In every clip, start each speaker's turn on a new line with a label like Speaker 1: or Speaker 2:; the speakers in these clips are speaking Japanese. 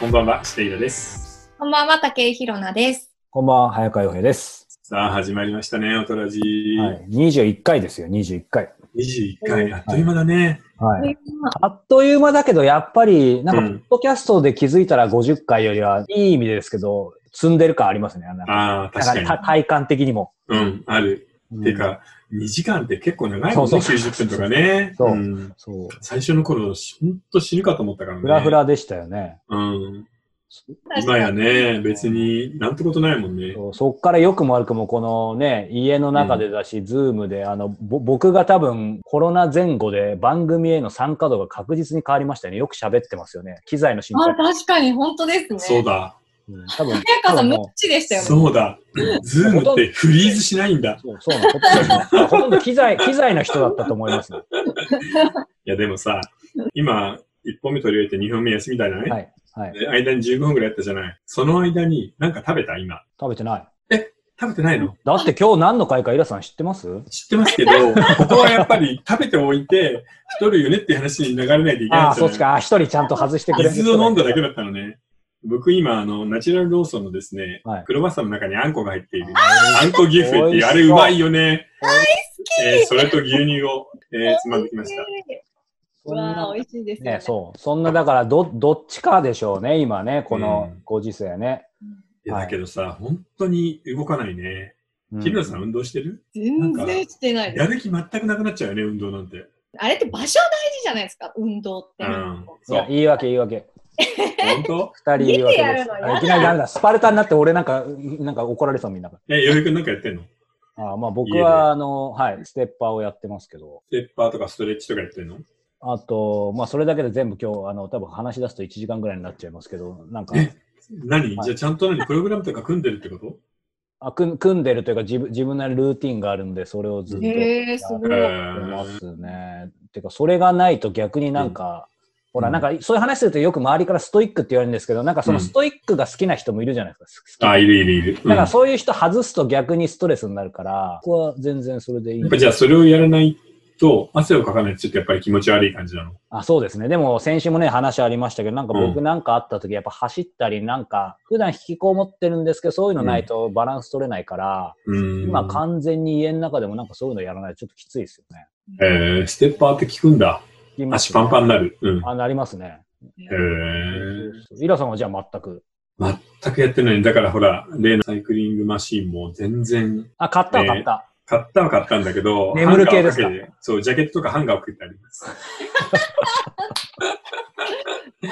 Speaker 1: こんばんは、下平です。
Speaker 2: こんばんは、竹井ひろなです。
Speaker 3: こんばんは、早川洋平です。
Speaker 1: さあ、始まりましたね、おとらじ。
Speaker 3: はい。21回ですよ、21回。
Speaker 1: 21回、あっという間だね。
Speaker 3: はい。あっという間だけど、やっぱり、なんか、
Speaker 1: う
Speaker 3: ポ
Speaker 1: ん
Speaker 3: ッドキャストで気づいたら50回よりは、いい意味でですけど、積んでる感ありますね。なんか
Speaker 1: ああ、確
Speaker 3: た
Speaker 1: か
Speaker 3: 体感的にも。
Speaker 1: に。うん、ある。
Speaker 3: う
Speaker 1: っ
Speaker 3: ん
Speaker 1: ていうか、2時間って結構長いもん
Speaker 3: そ
Speaker 1: ね、
Speaker 3: うそう
Speaker 1: 90分とかね。
Speaker 3: そうんそう。
Speaker 1: 最初の頃、しほんと死ぬかと思ったからね。
Speaker 3: フラフ。ラでしたよね。
Speaker 1: うん。今やね、別になんてことないもんね。
Speaker 3: そうそっから良くも悪くも、このね、家の中でだし、ズームで、あの、ぼ僕が多分、コロナ前後で番組への参加度が確実に変わりましたよね。よく喋ってますよね。機材の進化
Speaker 2: あ、。確かに、本当ですね。
Speaker 1: そう。だ。
Speaker 3: うん多分、
Speaker 2: 早川さん、無
Speaker 3: 多分もう
Speaker 2: 口でしたよね。
Speaker 1: そうだ。ズームってフリーズしないんだ。
Speaker 3: そう、そうなの。ほとんどほとんど機材、機材の人だったと思いますよ。
Speaker 1: いや、でもさ、今、1本目取り終えて2本目休みだよね。
Speaker 3: はい。はい。
Speaker 1: で間に15分ぐらいやったじゃない。その間に、なんか食べた今。
Speaker 3: 食べてない。
Speaker 1: 食べてないの
Speaker 3: だって今日何の回かイラさん知ってます
Speaker 1: 知って ますけど、ここはやっぱり食べておいて、太るよねっていう話に流れないといけない
Speaker 3: ああ、
Speaker 1: んじゃな
Speaker 3: そうっ
Speaker 1: い
Speaker 3: すか。あ一人ちゃんと外してくれる。
Speaker 1: 水を飲んだだけだったのね。僕今、あの、ナチュラルローソンのですね、
Speaker 3: はい
Speaker 1: クロワッサンの中にあんこが入っている。
Speaker 3: あ
Speaker 1: あんこ牛フェって
Speaker 3: 美味
Speaker 1: い
Speaker 3: し
Speaker 1: う、
Speaker 3: そう
Speaker 1: あれうまいよね。
Speaker 2: き
Speaker 1: えーそれと牛乳を、えーつまんできました。
Speaker 2: うわあ、美味しいです
Speaker 3: ね、そう。そんな、だから、ど、どっちかでしょうね、今ね、この
Speaker 1: うん
Speaker 3: ご時世ね。
Speaker 1: いやだけどさ、本当に動かないね。
Speaker 3: うん
Speaker 1: 日村さん運動してる
Speaker 2: 全然してないです
Speaker 1: やる気全くなくなっちゃうよね、運動なんて。
Speaker 2: あれって場所大事じゃないですか、運動って。
Speaker 1: うん。
Speaker 3: い
Speaker 1: そ
Speaker 3: や
Speaker 1: う。
Speaker 3: 言い訳、言い訳。
Speaker 1: 本当
Speaker 3: 二人言い訳
Speaker 2: 家で
Speaker 3: で
Speaker 2: やる
Speaker 3: す。
Speaker 2: の
Speaker 3: あ
Speaker 2: やだ
Speaker 3: いきなりダメだ。スパルタになって俺なんか、なんか怒られそうみんなか
Speaker 1: え、ようくんなんかやってんのス
Speaker 3: ら。あーまあ
Speaker 1: 家
Speaker 3: 僕
Speaker 1: で
Speaker 3: は、あの、はい、ステッパーをやってますけど。
Speaker 1: テッパーとかストレッチとかやってんの
Speaker 3: あと、まあ、それだけで全部今日、あの、多分話し出すと1時間ぐらいになっちゃいますけど、なんか、
Speaker 1: え何
Speaker 3: はい
Speaker 1: じゃあちゃんと何プログラムとか組んでるってこと
Speaker 3: あ組ん組んでるというか自分、自分なりルーティンがあるんで、それをずっとやっ
Speaker 2: へえ、すご
Speaker 1: え
Speaker 2: い。
Speaker 3: てま
Speaker 1: ー
Speaker 3: すね。てか、それがないと逆になんか、ほ
Speaker 1: う
Speaker 3: ら、
Speaker 1: ん
Speaker 3: なんか、そういう話するとよく周りからストイックって言われるんですけど、なんかそのストイックが好きな人もいるじゃないですか。
Speaker 1: あ、
Speaker 3: 好
Speaker 1: いるいるいる。うん
Speaker 3: き。だか
Speaker 1: や
Speaker 3: らそういう人外すと逆にストレスになるから、ここは全然それでいい
Speaker 1: っ。ぱじゃあそれをやらないと、汗をかかないとちょっとやっぱり気持ち悪い感じなの。
Speaker 3: あ、そうですね。でも先週もね、話ありましたけど、なんか
Speaker 1: う
Speaker 3: 僕
Speaker 1: ん
Speaker 3: なんかあった時、やっぱ走ったり、なんか、普段引きこもってるんですけど、そういうのないとバランス取れないから、
Speaker 1: うーん。
Speaker 3: 今完全に家の中でもなんかそういうのやらないとちょっときついですよね。
Speaker 1: えー、ステッパーって効くんだ。
Speaker 3: います
Speaker 1: 足
Speaker 3: ね
Speaker 1: パンパンになる。うん。
Speaker 3: あ、なりますね。
Speaker 1: え
Speaker 3: そうイラさんはじゃあ全く。
Speaker 1: ー、全くやってない。だからほら、例のサイクリングマシンも全然、
Speaker 3: あ、買った
Speaker 1: え
Speaker 3: は
Speaker 1: ー
Speaker 3: 買った。
Speaker 1: 買ったは買ったんだけど、
Speaker 3: 眠る系ですか
Speaker 1: ハンガーをけてそう、ジャケットとかハンガーをかけてあります。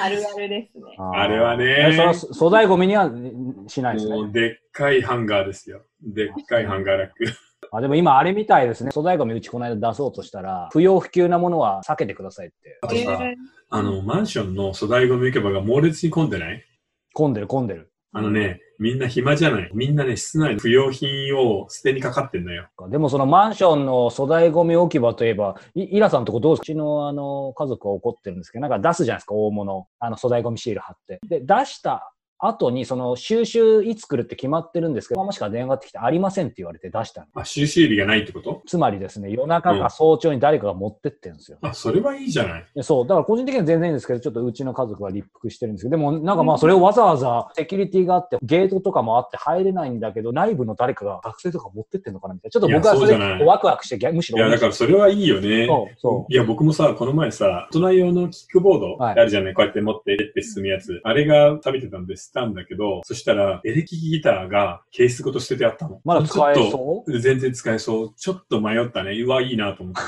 Speaker 2: あるあるですね。
Speaker 3: ー
Speaker 1: あれはね
Speaker 3: えその素素材ゴミにはんしないです
Speaker 1: も
Speaker 3: ね
Speaker 1: う、。でっかいハンガーですよ。でっかいハンガーラック。
Speaker 3: あでも今あれみたいですね。素材ゴミうちこの間出そうとしたら、不要不急なものは避けてくださいって。
Speaker 1: あと
Speaker 2: へ
Speaker 1: さ、
Speaker 2: え
Speaker 1: あの、マンションの粗大ゴミ受け場が猛烈に混んでない
Speaker 3: 混んでる混んでる。
Speaker 1: あのね、みんな暇じゃない。みんなね、室内の不要品を捨てにかかってんだよ。
Speaker 3: でもそのマンションの粗大ゴミ置き場といえば、いイラさんとこどうですかうちのあの家族は怒ってるんですけど、なんか出すじゃないですか、大物。あの粗大ゴミシール貼って。で、出した後にその収集いつ来るって決まってるんですけど、ママしか電話がかってきてありませんって言われて出したの。
Speaker 1: あ、収集日がないってこと
Speaker 3: つまりですね、夜中
Speaker 1: うん
Speaker 3: か早朝に誰かが持ってってるんですよ。
Speaker 1: あ、それはいいじゃない。
Speaker 3: でそう、だから個人的には全然いいんですけど、ちょっとうちの家族は立腹してるんですけど、でもなんかまあそれをわざわざセキュリティがあって、ゲートとかもあって入れないんだけど、内部の誰かが学生とか持ってってんのかなみたいな。ちょっと僕
Speaker 1: いや
Speaker 3: はそ
Speaker 1: そうじ
Speaker 3: れ
Speaker 1: ゃない
Speaker 3: ワクワクして、逆む
Speaker 1: い
Speaker 3: しろ
Speaker 1: や、だからそれはいいよね。
Speaker 3: そう、そ
Speaker 1: いや、僕もさ、この前さ、大人用のキックボード
Speaker 3: はい
Speaker 1: あるじゃない、こうやって持ってって進むやつ。あれが食べてたんで捨てたんだけど、そしたら、エレキギターがケースごと捨ててあったの。
Speaker 3: まだ使え
Speaker 1: ちょっと
Speaker 3: そう
Speaker 1: 全然使えそう。ちょっと迷ったね。うわ、いいなと思っ て。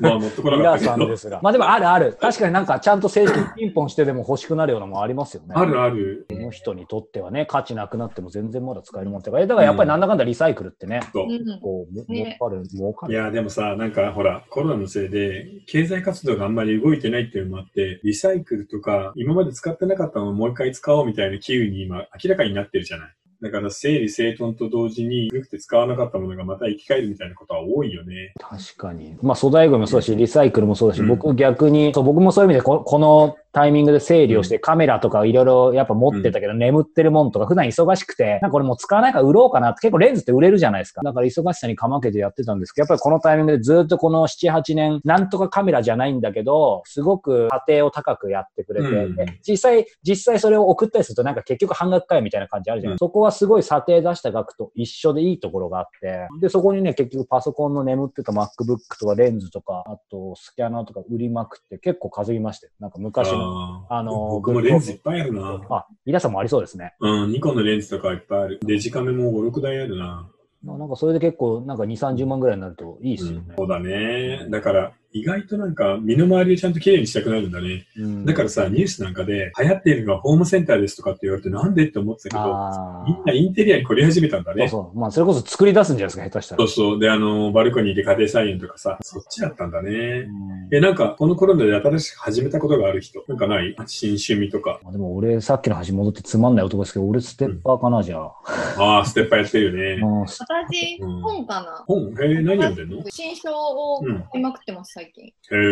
Speaker 1: まあ、持ってこ
Speaker 3: う。
Speaker 1: なか
Speaker 3: 皆
Speaker 1: った
Speaker 3: さ
Speaker 1: け
Speaker 3: ん
Speaker 1: ど
Speaker 3: で。すが。まあでもあるある。確かになんかちゃんと正式にピンポンしてでも欲しくなるようなもんありますよね。
Speaker 1: あるある。
Speaker 3: この人にとってはね、価値なくなっても全然まだ使えるもんだから、えだからやっぱりなんだかんだリサイクルってね、
Speaker 1: そう
Speaker 2: うん
Speaker 3: こう、も儲
Speaker 2: ね
Speaker 3: かる、儲か
Speaker 1: い
Speaker 3: る。
Speaker 1: や、でもさ、なんかほら、コロナのせいで、経済活動があんまり動いてないっていうのもあって、リサイクルとか、今まで使ってなかったのをもう一回使おうみたいな機運に今、明らかになってるじゃない。だから、整理整頓と同時に、古くて使わなかったものがまた生き返るみたいなことは多いよね。
Speaker 3: 確かに。まあ、粗大ゴミもそうだし、リサイクルもそうだし、
Speaker 1: うん
Speaker 3: 僕逆に、そう僕もそういう意味でこ、このタイミングで整理をして、カメラとかいろいろやっぱ持ってたけど、眠ってるもんとか、普段忙しくて、なんかこれもう使わないから売ろうかなって、結構レンズって売れるじゃないですか。だから忙しさにかまけてやってたんですけど、やっぱりこのタイミングでずっとこの7、8年、なんとかカメラじゃないんだけど、すごく家庭を高くやってくれて、
Speaker 1: うん
Speaker 3: で実際、実際それを送ったりするとなんか結局半額かよみたいな感じあるじゃないですか。そこはすごい査定出した額と一緒でいいところがあって、で、そこにね、結局パソコンの眠ってた MacBook とかレンズとか、あとスキャナーとか売りまくって結構稼ぎましたよ。なんか昔
Speaker 1: あー
Speaker 3: の。あのー
Speaker 1: 僕もレンズいっぱいあるな。
Speaker 3: あ、イラさんもありそうですね。
Speaker 1: うん、ニコンのレンズとかいっぱいある。デジカメも5、6台あるな。
Speaker 3: ななんかそれで結構なんか2、30万ぐらいになるといいですよね。
Speaker 1: そうだね。だから、意外となんか、身の回りをちゃんと綺麗にしたくなるんだね。
Speaker 3: うん
Speaker 1: だからさ、ニュースなんかで、流行っているのはホームセンターですとかって言われて、なんでって思ってたけど、
Speaker 3: あ
Speaker 1: みんなインテリアに凝り始めたんだ
Speaker 3: ーそう
Speaker 1: ね。
Speaker 3: そう。まあ、それこそ作り出すんじゃないですか、下手した
Speaker 1: そ
Speaker 3: ら
Speaker 1: う。そう。で、あの、バルコニーで家庭菜園とかさ、そっちだったんだ
Speaker 3: う
Speaker 1: ね。
Speaker 3: ん
Speaker 1: え、なんか、このコロナで新しく始めたことがある人、なんかない新趣味とか。
Speaker 3: まあでも俺、さっきの話戻ってつまんない男ですけど、俺ステッパーかな、じゃあ。
Speaker 1: ああ、ステッパーやってるよね。
Speaker 3: うん、ス
Speaker 2: 私、
Speaker 1: うん
Speaker 2: 本かな。
Speaker 1: 本へえ、何読んでんの
Speaker 2: 新書を
Speaker 1: うん
Speaker 2: 買いまくってます、最近。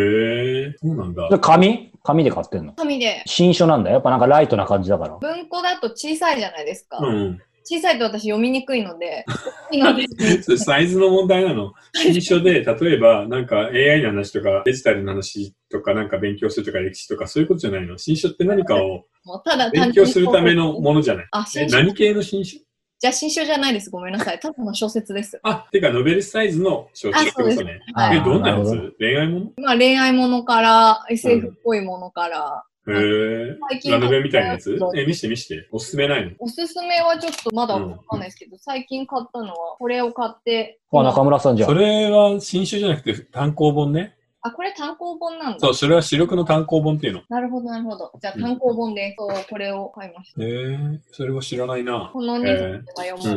Speaker 1: へえ、そうなんだ。
Speaker 3: 紙紙で買ってんの
Speaker 2: 紙で。
Speaker 3: 新書なんだよ。やっぱなんかライトな感じだから。
Speaker 2: 文庫だと小さいじゃないですか。
Speaker 1: うん。
Speaker 2: 小さいと私読みにくいので、 いいので、
Speaker 1: それサイズの問題なの。新書で、例えば、なんか AI の話とか、デジタルの話とか、なんか勉強するとか、歴史とか、そういうことじゃないの。新書って何かを
Speaker 2: もうただ単
Speaker 1: 勉
Speaker 2: 純
Speaker 1: 強
Speaker 2: に
Speaker 1: するためのものじゃない。
Speaker 2: あ、
Speaker 1: え、
Speaker 2: 新書。
Speaker 1: 何系の新書
Speaker 2: じゃあ新書じゃないです。ごめんなさい。ただの小説です。
Speaker 1: あ、てか、ノベルサイズの小説ってこ
Speaker 2: あそ
Speaker 1: と
Speaker 2: う
Speaker 1: ね。
Speaker 3: あ
Speaker 2: は
Speaker 1: え、
Speaker 2: い。
Speaker 1: どんなや
Speaker 3: な
Speaker 1: つ
Speaker 3: るほ
Speaker 1: 恋愛も
Speaker 2: まあ恋愛ものから、SF っぽいものから、
Speaker 1: のへえ。
Speaker 2: 最近
Speaker 1: ラノベみたいなやつ
Speaker 2: そう
Speaker 1: え、見して見して。おすすめないの
Speaker 2: おすすめはちょっとまだわかんないですけど、最近買ったのは、これを買って、
Speaker 3: あ、中村さんじゃ
Speaker 1: そ
Speaker 3: ん。
Speaker 1: れは新書じゃなくて単行本ね。
Speaker 2: あ、これ単行本なんだ
Speaker 1: そ。う、それは主力の単行本っていうの。
Speaker 2: なるほど、なるほど。じゃあ単行本で、そう、これを買いました。
Speaker 1: へえ、それは知らないな。
Speaker 2: この2冊は読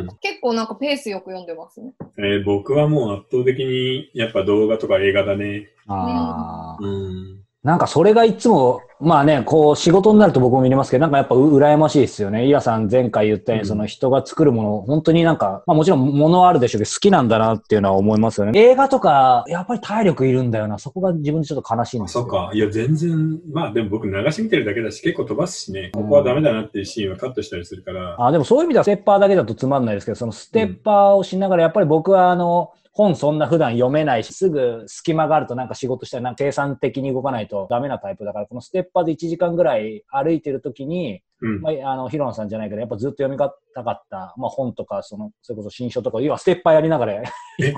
Speaker 1: えー
Speaker 2: む。結構なんかペースよく読んでますね。
Speaker 1: えー僕はもう圧倒的にやっぱ動画とか映画だね。
Speaker 3: あー
Speaker 1: うん。
Speaker 3: なんかそれがいつも、まあね、こう仕事になると僕も見れますけど、なんかやっぱう羨ましいですよね。イラさん前回言った
Speaker 1: う
Speaker 3: よう
Speaker 1: ん
Speaker 3: に、その人が作るもの、本当になんか、まあもちろん物はあるでしょうけど、好きなんだなっていうのは思いますよね。映画とか、やっぱり体力いるんだよな。そこが自分でちょっと悲しいん
Speaker 1: あ、
Speaker 3: ですよ。
Speaker 1: そっか。いや、全然、まあでも僕流し見てるだけだし、結構飛ばすしね、ここはダメだなっていうシーンはカットしたりするから。
Speaker 3: あ、でもそういう意味ではステッパーだけだとつまんないですけど、そのステッパーをしながら、やっぱり僕はあの、本そんな普段読めないし、すぐ隙間があるとなんか仕事したり、なんか生産的に動かないとダメなタイプだから、このステッパーで1時間ぐらい歩いてる時に、
Speaker 1: うん。
Speaker 3: まあ、あの、ヒロナさんじゃないけど、やっぱずっと読みたかった、まあ本とか、その、それこそ新書とか、要はステッパーやりながら、
Speaker 1: え、ね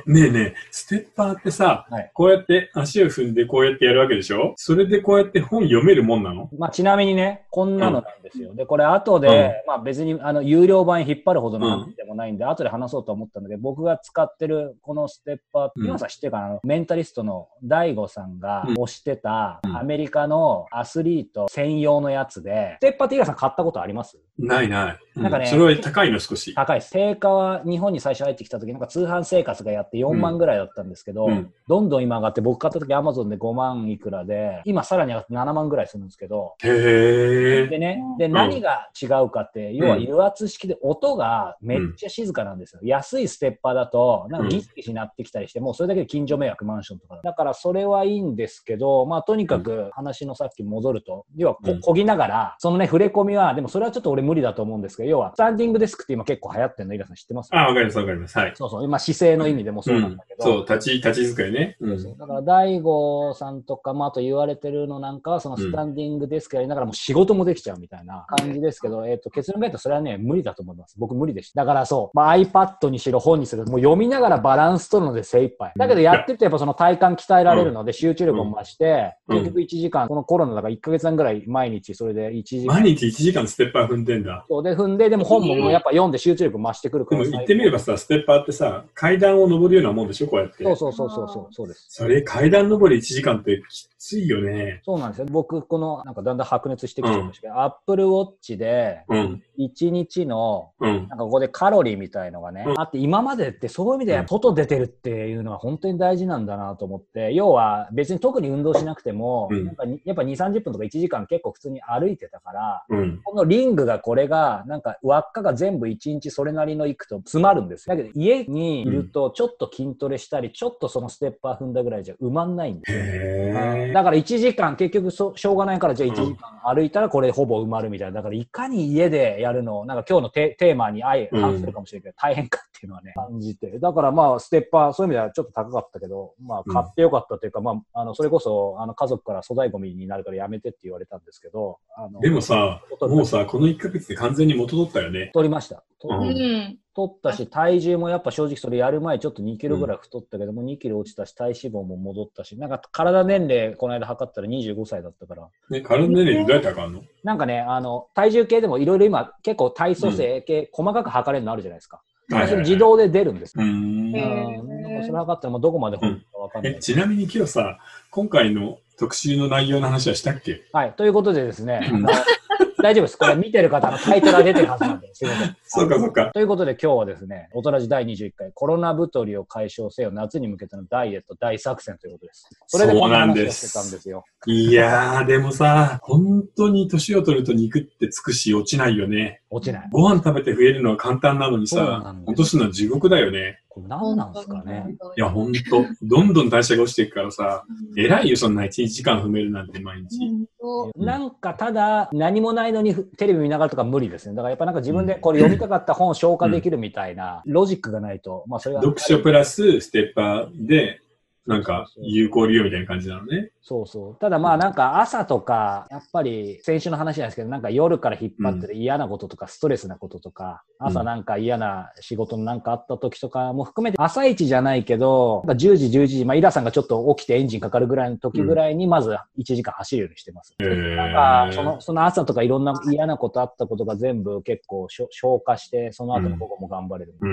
Speaker 1: えねえ、ステッパーってさ、
Speaker 3: はい
Speaker 1: こうやって足を踏んでこうやってやるわけでしょそれでこうやって本読めるもんなの
Speaker 3: まあちなみにね、こんなのなんですよ。で、これ後で、まあ別にあの、有料版引っ張るほどの話でもないんで、後で話そうと思ったんだけど、僕が使ってるこのステッパー、
Speaker 1: うん
Speaker 3: 皆さん知ってるかなあのメンタリストの DAIGO さんが
Speaker 1: うん
Speaker 3: 推してた
Speaker 1: うん
Speaker 3: アメリカのアスリート専用のやつで、ステッパーってイラさん買ったことあります
Speaker 1: ないない。う
Speaker 3: なんかね
Speaker 1: それは高いの少し。
Speaker 3: 高いです。定価は日本に最初入ってきた時、なんか通販生活がやって4万ぐらいだったんですけど、
Speaker 1: うん。
Speaker 3: どんどん今上がって、僕買った時 Amazon で5万いくらで、今さらに上がって7万ぐらいするんですけど、
Speaker 1: へえ。
Speaker 3: でね、
Speaker 2: うん
Speaker 3: で、何が違うかって、要は油圧式で音がめっちゃ静かなんですよ。安いステッパーだと、なんかギスギスなってきたりして、もうそれだけで近所迷惑マンションとか。だからそれはいいんですけど、まあとにかく話のさっき戻ると、要はこ
Speaker 1: うん
Speaker 3: 漕ぎながら、そのね、触れ込みは、でもそれはちょっと俺無理だと思うんですけど、要は、スタンディングデスクって今結構流行ってるの、イラさん知ってます
Speaker 1: あ、わかりますわかります。はい。
Speaker 3: そうそう、今姿勢の意味でもそうなんだけど、
Speaker 1: そう、立ち、立ち使いね。うん。
Speaker 3: だから、大悟さんとか、まあ、あと言われてるのなんかは、そのスタンディングデスクやりながらもう仕事もできちゃうみたいな感じですけど、えっ、と、結論が言うと、それはね、無理だと思います。僕無理でした。だからそう、まあ、iPad にしろ、本にする、もう読みながらバランス取るので精一杯。だけど、やってるとやっぱその体幹鍛えられるので、集中力も増して、
Speaker 1: うん
Speaker 3: 結局1時間、このコロナだから1ヶ月半ぐらい毎日、それで1時間。
Speaker 1: 毎日1時間ステッパー踏んでんだ。
Speaker 3: そうで踏んで、でも本ももうやっぱ読んで集中力増してくるか
Speaker 1: でも
Speaker 3: ら。
Speaker 1: 言ってみればさ、ステッパーってさ、階段を登るようなもんでしょ、こうやって。
Speaker 3: そうそうそうそうそう、そうです。
Speaker 1: それ階段登り1時間ってきついよね。
Speaker 3: そうなんですよ。僕、この、なんかだんだん白熱してきちゃいましたけど、Apple Watch で、
Speaker 1: うん、
Speaker 3: 1日の、
Speaker 1: うん。
Speaker 3: なんかここでカロリーみたいのがね、あって、今までってそういう意味で
Speaker 1: う
Speaker 3: は
Speaker 1: ん
Speaker 3: 外出てるっていうのは本当に大事なんだなと思って、要は別に特に運動しなくても、
Speaker 1: うん
Speaker 3: なんかにやっぱ2、30分とか1時間結構普通に歩いてたから、
Speaker 1: うん。
Speaker 3: このリングがこれが、なんか輪っかが全部一日それなりのいくと詰まるんですよ。だけど家にいると、ちょっと筋トレしたり、ちょっとそのステッパー踏んだぐらいじゃ埋まんないんですよ。
Speaker 1: へ
Speaker 3: だから1時間、結局そしょうがないから、じゃあ1時間歩いたらこれほぼ埋まるみたいな。だからいかに家でやるのを、なんか今日のテテーマに相
Speaker 1: うん
Speaker 3: 反するかもしれないけど、大変かっていうのはね、感じて。だからまあ、ステッパー、そういう意味ではちょっと高かったけど、ま
Speaker 1: う
Speaker 3: あ、
Speaker 1: ん
Speaker 3: 買ってよかったというか、まあ、あの、それこそ、あの、家族から粗大ゴミになるからやめてって言われたんですけど、あの、
Speaker 1: え。でもさ、もうさ、この1ヶ月で完全に元取ったよね。
Speaker 3: 取りました。と
Speaker 1: うん
Speaker 2: うん。
Speaker 3: 取ったし、体重もやっぱ正直それやる前ちょっと2キロぐらい太ったけども、2キロ落ちたし、体脂肪も戻ったし、なんか体年齢この間測ったら25歳だったから、
Speaker 1: ね、体の年齢でどうやってあかんの
Speaker 3: なんかね、あの、体重計でもいろいろ今、結構体組成系、細かく測れるのあるじゃないですか。
Speaker 1: はいはい
Speaker 3: そ
Speaker 1: は
Speaker 3: れ
Speaker 1: い
Speaker 3: 自動で出るんです
Speaker 1: う
Speaker 3: よ。
Speaker 1: ーん
Speaker 2: へー
Speaker 3: うんなんかそれ測ったらもうどこまで本当かわかんない、
Speaker 1: え、ちなみに今日さ、今回の特集の内容の話はしたっけ
Speaker 3: はい。ということでですね、あ
Speaker 1: うん
Speaker 3: の大丈夫です。これ見てる方のタイトルが出てるはずなんで、すいま せん。
Speaker 1: そうかそうか。
Speaker 3: ということで今日はですね、大人じ第21回コロナ太りを解消せよ夏に向けてのダイエット大作戦ということです。それでこんな
Speaker 1: そうなん
Speaker 3: 話
Speaker 1: で
Speaker 3: を
Speaker 1: す
Speaker 3: してたんですよ。
Speaker 1: いやー、でもさ、本当に年を取ると肉ってつくし落ちないよね。
Speaker 3: 落ちない。
Speaker 1: ご飯食べて増えるのは簡単なのに
Speaker 3: そう
Speaker 1: さ
Speaker 3: な、んです
Speaker 1: 落とすのは地獄だよね。
Speaker 3: これ何なんですかね。
Speaker 1: いや、ほんと、どんどん代謝が落ちていくからさ、
Speaker 2: うん
Speaker 1: 偉いよ、そんな1時間踏めるなんて毎日。
Speaker 2: 本
Speaker 1: うん
Speaker 3: なんかただ何もないのにふテレビ見ながらとか無理ですね。だからやっぱなんか自分でこれ読みたかった本を消化できるみたいなロジックがないと、まあそれは
Speaker 1: 読書プラスステッパーで、なんか有効利用みたいな感じなのね。
Speaker 3: そうそう。ただまあなんか朝とか、やっぱり先週の話じゃないですけど、なんか夜から引っ張ってて嫌なこととかストレスなこととか、
Speaker 1: うん
Speaker 3: 朝なんか嫌な仕事のなんかあった時とかも含めて、朝一じゃないけど、なんか10時11時、まあイラさんがちょっと起きてエンジンかかるぐらいの時ぐらいに、まず1時間走るようにしてます。
Speaker 1: へー
Speaker 3: なんかその、その朝とかいろんな嫌なことあったことが全部結構しょ消化して、その後の午後も頑張れる。
Speaker 1: うー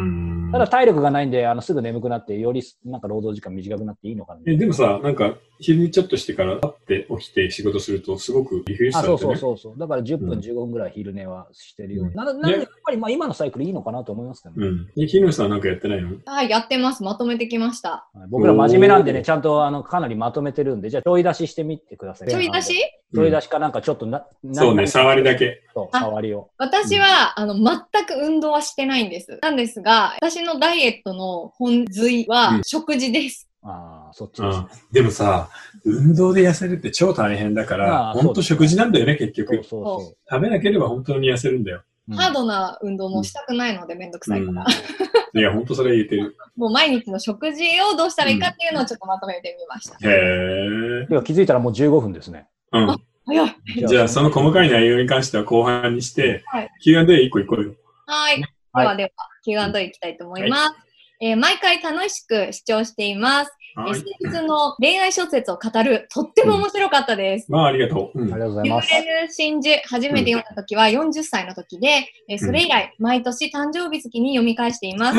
Speaker 1: ん
Speaker 3: ただ体力がないんで、あの、すぐ眠くなって、よりなんか労働時間短くなっていいのかな。
Speaker 1: え、でもさ、なんか、昼にちょっとしてから立って起きて仕事すると、すごくリフレッシュ
Speaker 3: あ
Speaker 1: され
Speaker 3: そう
Speaker 1: て
Speaker 3: そう
Speaker 1: ね。
Speaker 3: そうそう。だから10
Speaker 1: う
Speaker 3: 分、
Speaker 1: ん
Speaker 3: 15分ぐらい昼寝はしてるよう
Speaker 1: う
Speaker 3: に。
Speaker 1: ん
Speaker 3: なななんで、
Speaker 1: ね
Speaker 3: やっぱりまあ今のサイクルいいのかなと思いますけどね。
Speaker 1: うん。え、木下さんなんかやってないの
Speaker 2: はい、やってます。まとめてきました。
Speaker 3: はい僕ら真面目なんでね、
Speaker 1: おー
Speaker 3: ちゃんとあのかなりまとめてるんで、じゃあちょい出ししてみてください。
Speaker 2: ちょい出し
Speaker 3: ちょい出しかなんかちょっとな、な
Speaker 1: そうね、触りだ。け。
Speaker 3: そう
Speaker 2: あ
Speaker 3: 触りを。
Speaker 2: 私は、あの、全く運動はしてないんです。なんですが、私のダイエットの本髄
Speaker 1: う
Speaker 2: は
Speaker 1: ん
Speaker 2: 食事です。
Speaker 3: ああ、そっち
Speaker 1: う
Speaker 3: です
Speaker 1: ん。でもさ、運動で痩せるって超大変だから、
Speaker 3: あー
Speaker 1: ほんと食事なんだよね、結
Speaker 3: そ
Speaker 1: 局
Speaker 3: う。そうそ
Speaker 1: 食べなければ本当に痩せるんだよ。
Speaker 3: う。
Speaker 2: ハードな運動もしたくないので、めんど
Speaker 1: う
Speaker 2: くさいから。
Speaker 1: ん。いや、ほんとそれ言えてる。
Speaker 2: もう毎日の食事をどうしたらいいかっていうのをちょっとまとめてみました。
Speaker 1: へえ。
Speaker 3: では気づいたらもう15分ですね。
Speaker 1: うん。
Speaker 2: 早い。
Speaker 1: じゃあ、その細かい内容に関しては後半にして、
Speaker 2: はい
Speaker 1: Q&A1 個1個よ。
Speaker 2: はい。ではでは、Q&A いきたいと思います。えー毎回楽しく視聴しています。
Speaker 1: は
Speaker 2: s
Speaker 1: い。
Speaker 2: s の恋愛小説を語る、とっても面白かったです。
Speaker 1: まあ、ありがとう。うん。
Speaker 3: ありがとうござい
Speaker 2: 揺
Speaker 3: ます。
Speaker 2: れる真珠、初めて読んだ時は40歳の時で、えーそれ以来、毎年誕生日月に読み返しています。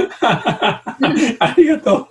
Speaker 1: ありがとう。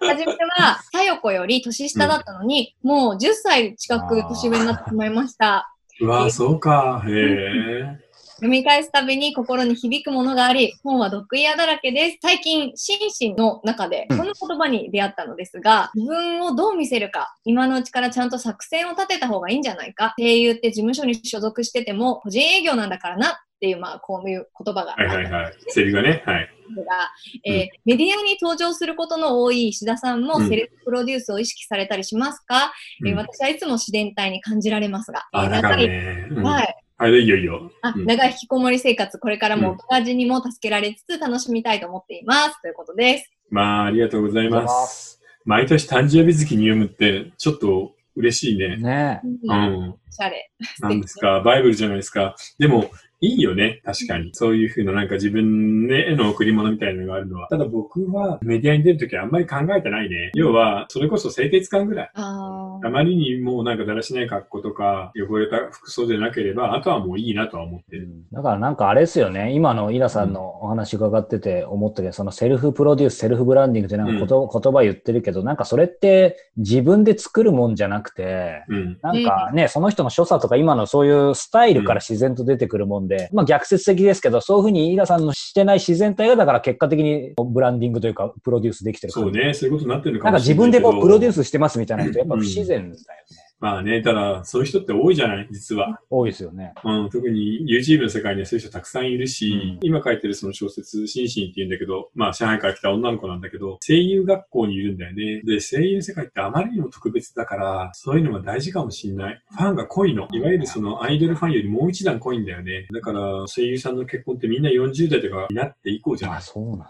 Speaker 2: 初めは、さよ子より年下だったのに、もう10歳近く年上になってしまいま した。
Speaker 1: うわそうか。へえ。
Speaker 2: 読み返すたびに心に響くものがあり、本は毒嫌だらけです。最近、心身の中で、この言葉に出会ったのですが、自分をどう見せるか、今のうちからちゃんと作戦を立てた方がいいんじゃないか。声優って事務所に所属してても、個人営業なんだからな、っていう、まあ、こういう言葉があっ
Speaker 1: はい
Speaker 2: た
Speaker 1: はいはい。セリフがね。はい。
Speaker 2: ですが、えー
Speaker 1: うん
Speaker 2: メディアに登場することの多い石田さんも
Speaker 1: うん
Speaker 2: セルフプロデュースを意識されたりしますか、えー私はいつも自然体に感じられますが、
Speaker 1: あ、
Speaker 2: えー
Speaker 1: だから
Speaker 2: 長い
Speaker 1: ね。うん
Speaker 2: はい
Speaker 1: はい、いいよいいよ。
Speaker 2: あ
Speaker 1: うん
Speaker 2: 長い引きこもり生活、これから
Speaker 1: う
Speaker 2: も
Speaker 1: ん
Speaker 2: お味にも助けられつつ楽しみたいと思っています。ということです。
Speaker 1: まあ、ありがとうござい
Speaker 3: ありがとうござ
Speaker 1: ま。
Speaker 3: います
Speaker 1: 毎年誕生日月に読むって、ちょっと嬉しいね。
Speaker 3: ねえ。
Speaker 1: う
Speaker 2: うん、
Speaker 1: ん。
Speaker 2: おしゃれ。
Speaker 1: なんですか、バイブルじゃないですか。でも、いいよね。確かに。そういうふうな、なんか自分への贈り物みたいなのがあるのは。ただ僕はメディアに出るときはあんまり考えてないね。要は、それこそ清潔感ぐらい。
Speaker 2: あ
Speaker 1: あ
Speaker 2: ー
Speaker 1: まりにもなんかだらしない格好とか、汚れた服装でなければ、あとはもういいなとは思ってる。
Speaker 3: だからなんかあれですよね、今のイラさんのお話伺ってて思ったけど、そのセルフプロデュース、セルフブランディングってなんかこと、言葉言ってるけど、なんかそれって自分で作るもんじゃなくて、
Speaker 1: うん。
Speaker 3: なんかね、その人の所作とか今のそういうスタイルから自然と出てくるもんで、まあ逆説的ですけど、そういうふうにイラさんのしてない自然体がだから結果的にブランディングというかプロデュースできてる
Speaker 1: そ
Speaker 3: 感
Speaker 1: う
Speaker 3: じ。
Speaker 1: ね。そういうことになってるの
Speaker 3: な
Speaker 1: か
Speaker 3: んか
Speaker 1: もし
Speaker 3: 自
Speaker 1: れない
Speaker 3: 分
Speaker 1: け
Speaker 3: で
Speaker 1: ど。
Speaker 3: こうプロデュースしてますみたいな人、やっぱ不自然だよね。
Speaker 1: まあね、ただ、そういう人って多いじゃない実は。
Speaker 3: 多いですよね。
Speaker 1: うん、特に YouTube の世界にはそういう人たくさんいるし、
Speaker 3: うん
Speaker 1: 今書いてるその小説、シンシンって言うんだけど、まあ、上海から来た女の子なんだけど、声優学校にいるんだよね。で、声優の世界ってあまりにも特別だから、そういうのが大事かもしんない。ファンが濃いの。いわゆるそのアイドルファンよりもう一段濃いんだよね。だから、声優さんの結婚ってみんな40代とかになって以降じゃない
Speaker 3: あ、そうなんだ。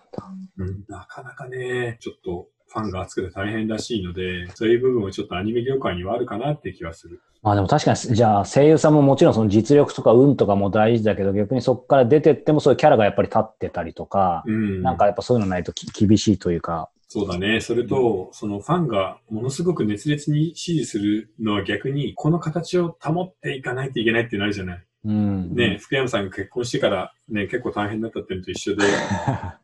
Speaker 1: うん、なかなかね、ちょっとファンが熱くて大変らしいので、そういう部分もちょっとアニメ業界にはあるかなって気はする。
Speaker 3: まあでも確かに、じゃあ声優さんももちろんその実力とか運とかも大事だけど、逆にそこから出てってもそういうキャラがやっぱり立ってたりとか、
Speaker 1: うん。
Speaker 3: なんかやっぱそういうのないとき厳しいというか、
Speaker 1: そうだね。それと、そのファンがものすごく熱烈に支持するのは逆に、この形を保っていかないといけないってなるじゃない。
Speaker 3: うん。
Speaker 1: ね、福山さんが結婚してからね、結構大変だったっていうのと一緒で、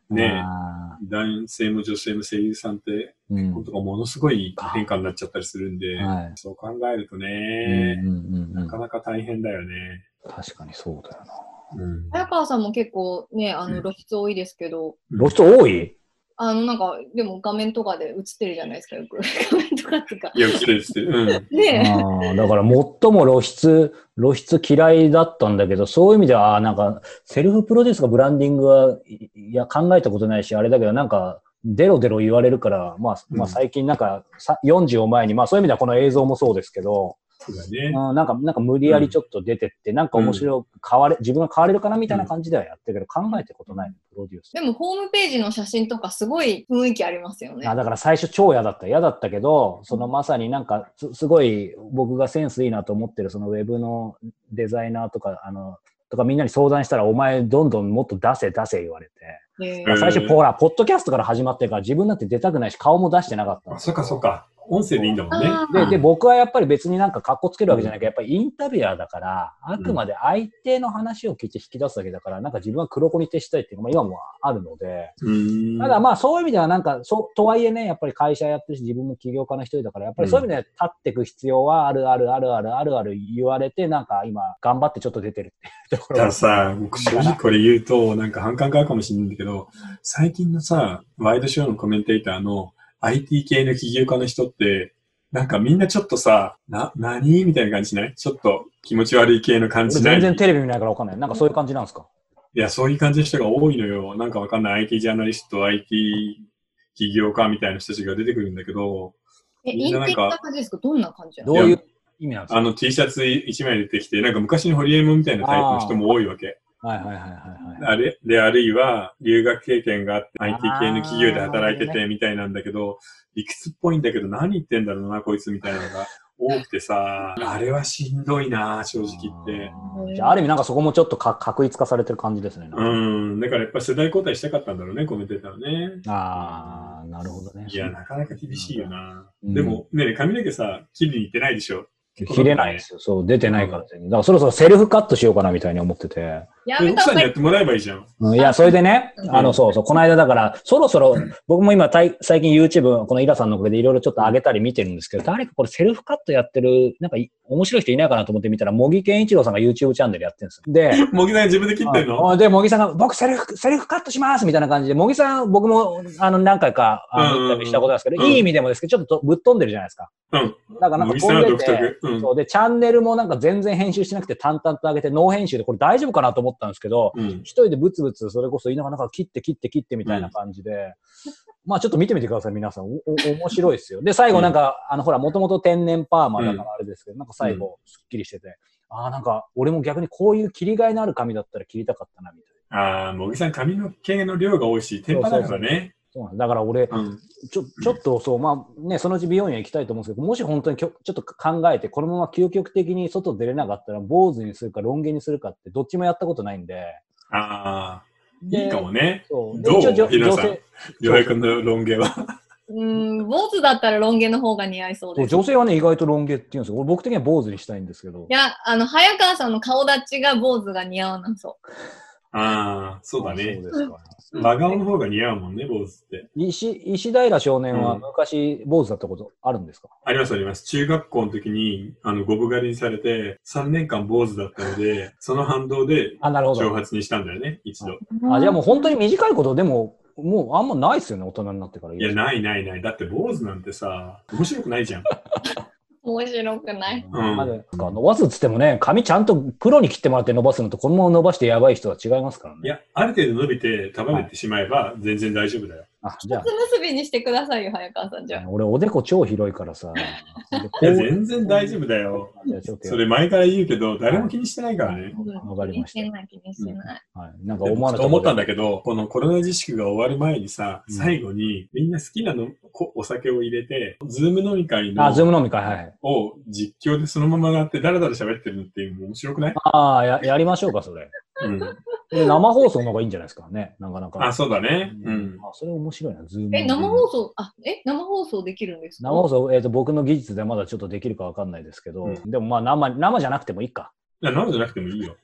Speaker 1: ね
Speaker 3: あ
Speaker 1: 男性も女性も声優さんって、
Speaker 3: ーうん
Speaker 1: 本当がものすごい変化になっちゃったりするんで、
Speaker 3: はい
Speaker 1: そう考えると
Speaker 3: うん
Speaker 1: ね、
Speaker 3: うんうんう
Speaker 1: なか
Speaker 3: ん
Speaker 1: なか大変だよね。
Speaker 3: 確かにそうだよな。
Speaker 1: うん。
Speaker 2: 早川さんも結構ね、あ
Speaker 1: うん
Speaker 2: の露出多いですけど、
Speaker 3: 露出多い
Speaker 2: あのなんか、でも画面とかで映ってるじゃないですか、よ く。画面とかっていうか。
Speaker 1: いや、失礼してる。うん。
Speaker 2: ね
Speaker 3: あーだから最も露出、露出嫌いだったんだけど、そういう意味では、あーなんか、セルフプロデュースかブランディングはいいや考えたことないし、あれだけど、なんか、デロデロ言われるから、まあ、
Speaker 1: う
Speaker 3: ま
Speaker 1: ん
Speaker 3: あ最近なんか、さ40を前に、まあそういう意味ではこの映像もそうですけど、
Speaker 1: そうだね。
Speaker 3: うん、なんか、なんか無理やりちょっと出てって、なんか面白く変われ、自分が変われるかなみたいな感じではやってるけど、考えたことない、プロデュース。
Speaker 2: でもホームページの写真とかすごい雰囲気ありますよね。
Speaker 3: あだから最初超嫌だった嫌だったけどそのまさになんかすすごい僕がセンスいいなと思ってるそのウェブのデザイナーとかあのとかみんなに相談したらお前どんどんもっと出せ出せ言われて
Speaker 2: へ
Speaker 1: う
Speaker 2: ー
Speaker 1: ん
Speaker 3: 最初ほらポッドキャストから始まってるから自分なんて出たくないし顔も出してなかったん
Speaker 1: あ、
Speaker 3: です
Speaker 1: そっかそっか。音声でいいんだもんね
Speaker 2: あ。ー
Speaker 3: でで
Speaker 1: うん
Speaker 3: 僕はやっぱり別になんか格好つけるわけじゃなくてやっぱりインタビュアーだからあくまで相手の話を聞いて引き出すだけだからなんか自分は黒子に徹したいっていうのも今もあるので。
Speaker 1: うん
Speaker 3: ただまあそういう意味ではなんか、そう、とはいえね、やっぱり会社やってるし、自分も起業家の一人だから、やっぱりそういう意味では立っていく必要はあるあるあるあるあるある言われて、なんか今、頑張ってちょっと出てるっていうとこ
Speaker 1: だか
Speaker 3: ろ
Speaker 1: らさ、僕正直これ言うと、なんか反感があるかもしれないんだけど、最近のさ、ワイドショーのコメンテーターの IT 系の起業家の人って、なんかみんなちょっとさ、な、何みたいな感じしないちょっと気持ち悪い系の感
Speaker 3: 俺
Speaker 1: じしな
Speaker 3: 全
Speaker 1: い
Speaker 3: 然テレビ見ないからわかんない。なんかそういう感じなんですか
Speaker 1: いや、そういう感じの人が多いのよ。なんかわかんない IT ジャーナリスト、IT 起業家みたいな人たちが出てくるんだけど、
Speaker 2: え、
Speaker 1: み
Speaker 2: イ
Speaker 1: んな
Speaker 2: ン
Speaker 1: なん
Speaker 2: テリ
Speaker 1: か
Speaker 2: な感じですかどんな感じな
Speaker 3: ど
Speaker 2: の
Speaker 3: ういう意味なんです
Speaker 1: あ
Speaker 3: か
Speaker 1: の T シャツ一枚出てきて、なんか昔のホリエモンみたいなタイプの人も多いわけ。
Speaker 3: はいはいはいはいはい。
Speaker 1: あれで、あるいは、留学経験があって、
Speaker 3: あー
Speaker 1: IT 系の企業で働いて
Speaker 3: なるほど
Speaker 1: て、みたいなんだけど、理屈っぽいんだけど、何言ってんだろうな、こいつみたいなのが多くてさ、あれはしんどいな、正直言って。
Speaker 3: あーじゃあある意味なんかそこもちょっとか確一化されてる感じですね。なんか
Speaker 1: うん、だからやっぱ世代交代したかったんだろうね、コメンテーターはね。
Speaker 3: ああ、なるほどね。
Speaker 1: いや、なかなか厳しいよな。
Speaker 3: うん
Speaker 1: でも、ねえ髪の毛さ、切りに行ってないでしょ。
Speaker 3: 切れないですよ。そう、出てないから全然。だからそろそろセルフカットしようかなみたいに思ってて。
Speaker 2: や
Speaker 1: え
Speaker 2: め
Speaker 1: 奥
Speaker 2: た
Speaker 1: さ
Speaker 2: 方
Speaker 1: んに
Speaker 2: がい
Speaker 1: や
Speaker 2: い
Speaker 1: っ。てもらえばいいじゃん。
Speaker 3: うんいや、それでね
Speaker 2: う、ん
Speaker 3: あの、そうそう、この間だから、そろそろ、僕も今、たい最近 YouTube、このイラさんのおかげでいろいろちょっと上げたり見てるんですけど、誰かこれセルフカットやってる、なんかい面白い人いないかなと思って見たら、茂木健一郎さんが YouTube チャンネルやってるんですよ。で、
Speaker 1: もぎさん自分で切ってんの
Speaker 3: あで、茂木さんが、僕セルフ、セルフカットしますみたいな感じで、茂木さん、僕も、あの、何回か、あ
Speaker 1: うんうんうん
Speaker 3: の、インタビューしたことなんですけど、
Speaker 1: うん
Speaker 3: いい意味でもですけど、ちょっとぶっ飛んでるじゃないですか。
Speaker 1: うん。
Speaker 3: だからなん
Speaker 1: も
Speaker 3: か
Speaker 1: ぎさんは
Speaker 3: 飛ん
Speaker 1: 独
Speaker 3: でて、
Speaker 1: 特。うん
Speaker 3: そうで、チャンネルもなんか全然編集してなくて、淡々と上げて、ノー編集で、これ大丈夫かなと思ったんですけど、
Speaker 1: うん。
Speaker 3: 一人でブツブツそれこそ言いながらなんか切って切って切ってみたいな感じで、まあちょっと見てみてください皆さんおお面白いですよで最後なんか、あのほらもともと天然パーマだからあれですけど、なんか最後すっきりしてて、ああなんか俺も逆にこういう切りがいのある髪だったら切りたかったなみたいな
Speaker 1: ああ、もぎさん髪の毛の量が多いし、天パだからね。
Speaker 3: そうなんですだから俺
Speaker 1: うん。
Speaker 3: ちょちょっとそうまあねそのうち美容院へ行きたいと思うんですけどもし本当にきょちょっと考えてこのまま究極的に外出れなかったら坊主にするかロン毛にするかってどっちもやったことないんで。
Speaker 1: ああ、
Speaker 3: で
Speaker 1: いいかもね。
Speaker 3: そう
Speaker 1: どう
Speaker 3: で一応女
Speaker 1: 皆
Speaker 3: 女
Speaker 1: さん
Speaker 3: 性
Speaker 1: りょうやくんのロン毛 は。
Speaker 2: うん、坊主だったらロン毛の方が似合いそう
Speaker 3: そう
Speaker 2: です。
Speaker 3: 女性はね、意外とロン毛って言うんですよ。俺僕的には坊主にしたいんですけど
Speaker 2: い。や、あの、早川さんの顔立ちが坊主が似合わなそ
Speaker 1: ああ、そうだね。
Speaker 3: あそうですか
Speaker 1: 真顔の方が似合うもんね、坊主って。
Speaker 3: 石石平少年
Speaker 1: う
Speaker 3: は
Speaker 1: ん
Speaker 3: 昔、坊主だったことあるんですか、
Speaker 1: ありますあります。中学校の時に、あの、ゴブ狩りにされて、3年間坊主だったので、その反動で、
Speaker 3: あ、なるほ
Speaker 1: 挑
Speaker 3: ど。
Speaker 1: 発にしたんだよね、一度。
Speaker 2: う。
Speaker 3: あじゃあもう本当に短いことでも、もうあんまないですよね、大人になってから
Speaker 1: いや、ないないない。だって坊主なんてさ、面白くないじゃん。
Speaker 2: 面白くない。
Speaker 1: うん
Speaker 3: まだなんか伸ばすっつってもね、髪ちゃんとプロに切ってもらって伸ばすのと、このまま伸ばしてやばい人は違いますから
Speaker 1: い
Speaker 3: ね。
Speaker 1: や、ある程度伸びて束ねてしまえば全然大丈夫だよ。
Speaker 3: あ、じゃ
Speaker 2: つ結びにしてくださいよ、早川さんじゃ
Speaker 3: あ、俺おでこ超広いからさ。
Speaker 1: いや、全然大丈夫だよ。
Speaker 3: じゃあちょっとや
Speaker 1: それ前から言うけど、誰も気にしてないからね。
Speaker 3: わかりました
Speaker 2: 気にしてない、気にしてない。
Speaker 3: はい。なんか
Speaker 1: で
Speaker 3: 思わ
Speaker 1: も
Speaker 3: ぬ
Speaker 1: と思ったん
Speaker 3: だ
Speaker 1: だけど、このコロナ自粛が終わる前にさ、
Speaker 3: うん
Speaker 1: 最後にみんな好きなのこお酒を入れて、ズーム飲み会
Speaker 3: あ、ズー
Speaker 1: の
Speaker 3: ム飲み会、はい。
Speaker 1: を実況でそのままやってダラダラ喋ってるのっていうのも面白くない
Speaker 3: ああ、ややりましょうか、それ。
Speaker 1: うん。
Speaker 3: で生放送の方がいいんじゃないですかね、なかなか。
Speaker 1: あ、そうだね。うん。
Speaker 3: あそれ面白いな、ズーム。
Speaker 2: え、生放送、あ、え、生放送できるんですか
Speaker 3: 生放送、えっ、と、僕の技術でまだちょっとできるかわかんないですけど、
Speaker 1: うん
Speaker 3: でもまあ生、生じゃなくてもいいか。
Speaker 1: いや、生じゃなくてもいいよ。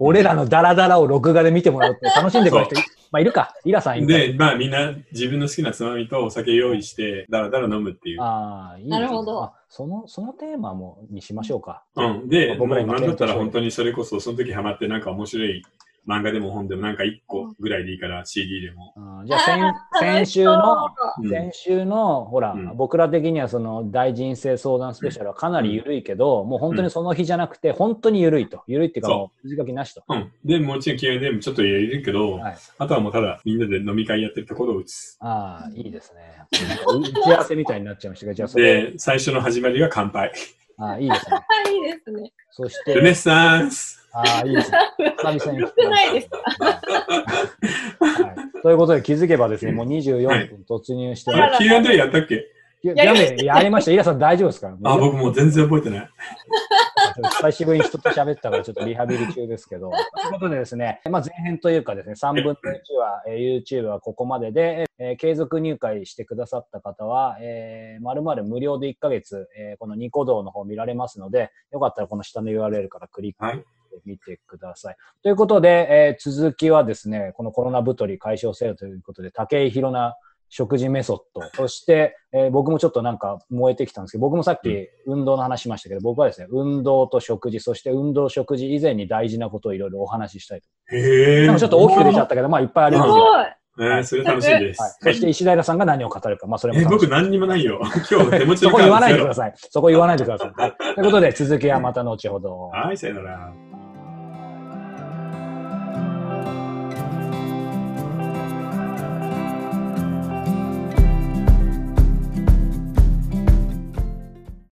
Speaker 3: 俺らのダラダラを録画で見ても らって楽しんでくれる人、まあいるか、イラさんいるか。
Speaker 1: で、まあみんな自分の好きなつまみとお酒用意して、ダラダラ飲むっていう。
Speaker 3: ああ、いいですね
Speaker 2: なるほど
Speaker 3: あその、そのテーマも、にしましょうか。
Speaker 1: うん。で、も
Speaker 3: 僕
Speaker 1: う
Speaker 3: ら今
Speaker 1: なんだったら本当にそれこそ、その時ハマってなんか面白い漫画でも本でもなんか1個ぐらいでいいから、CD でも。
Speaker 3: あーじゃあ先、先週の、
Speaker 1: うん
Speaker 3: 先週の、ほら、
Speaker 1: うん
Speaker 3: 僕ら的にはその大人生相談スペシャルはかなり緩いけど、もう本当にその日じゃなくて、本当に緩いと。緩いっていうか
Speaker 1: そう
Speaker 3: もう、筋書きなしと。
Speaker 1: うん。で、もちろん Q&A もちょっと入れるけど、
Speaker 3: はい
Speaker 1: あとはもうただみんなで飲み会やってるところを打つ。
Speaker 3: ああ、いいですね。打ち合わせみたいになっちゃいましたが、じゃあそれ、
Speaker 1: で、最初の始まりは乾杯。
Speaker 3: ああ、いいですね。
Speaker 2: あ、いいですね。
Speaker 3: そし
Speaker 1: ルネッ
Speaker 3: て、
Speaker 1: サンス
Speaker 3: ああ、いいですね。久々に聞きま
Speaker 2: 少ないです
Speaker 3: した。はいということで気づけばですね、もう
Speaker 1: はい
Speaker 3: 24分突入して
Speaker 1: あ
Speaker 3: ま
Speaker 2: あ
Speaker 3: す
Speaker 2: らら
Speaker 1: れ ?Q&A やったっけ
Speaker 3: いや
Speaker 2: やりま
Speaker 3: やめやりました。イラさん大丈夫ですか
Speaker 1: あ、僕もう全然覚えてない。
Speaker 3: 久しぶりに人と喋ったからちょっとリハビリ中ですけど。ということでですね、まあ、前編というかですね、3分の1は、えー YouTube はここまでで、えー継続入会してくださった方は、えー、まるまる無料で1ヶ月、えーこのニコ動の方見られますので、よかったらこの下の URL からクリック
Speaker 1: はい
Speaker 3: してみてください。ということで、えー続きはですね、このコロナ太り解消せよということで、竹井宏奈食事メソッド。そして、えー僕もちょっとなんか燃えてきたんですけど、僕もさっ
Speaker 1: う
Speaker 3: き運動の話しましたけど、僕はですね、運動と食事、そして運動、食事以前に大事なことをいろいろお話ししたいと。
Speaker 1: へ
Speaker 3: で
Speaker 1: ー
Speaker 3: もちょっと大きく出ちゃったけど、まあいっぱいあり
Speaker 2: す
Speaker 3: ますよ。
Speaker 2: ごい。
Speaker 1: えー、それ楽しいです。
Speaker 3: はい、そして石平さんが何を語るか、まあそれも
Speaker 1: え、
Speaker 3: 楽し
Speaker 1: 僕
Speaker 3: み
Speaker 1: 何にもないよ。今日手持ち
Speaker 3: そ
Speaker 1: の
Speaker 3: こ言わ
Speaker 1: カ
Speaker 3: な
Speaker 1: ードゼ
Speaker 3: いでく
Speaker 1: ロ
Speaker 3: だ。さい。そこ言わないでください。はいということで、続きはまた後ほど。
Speaker 1: はい、さよなら。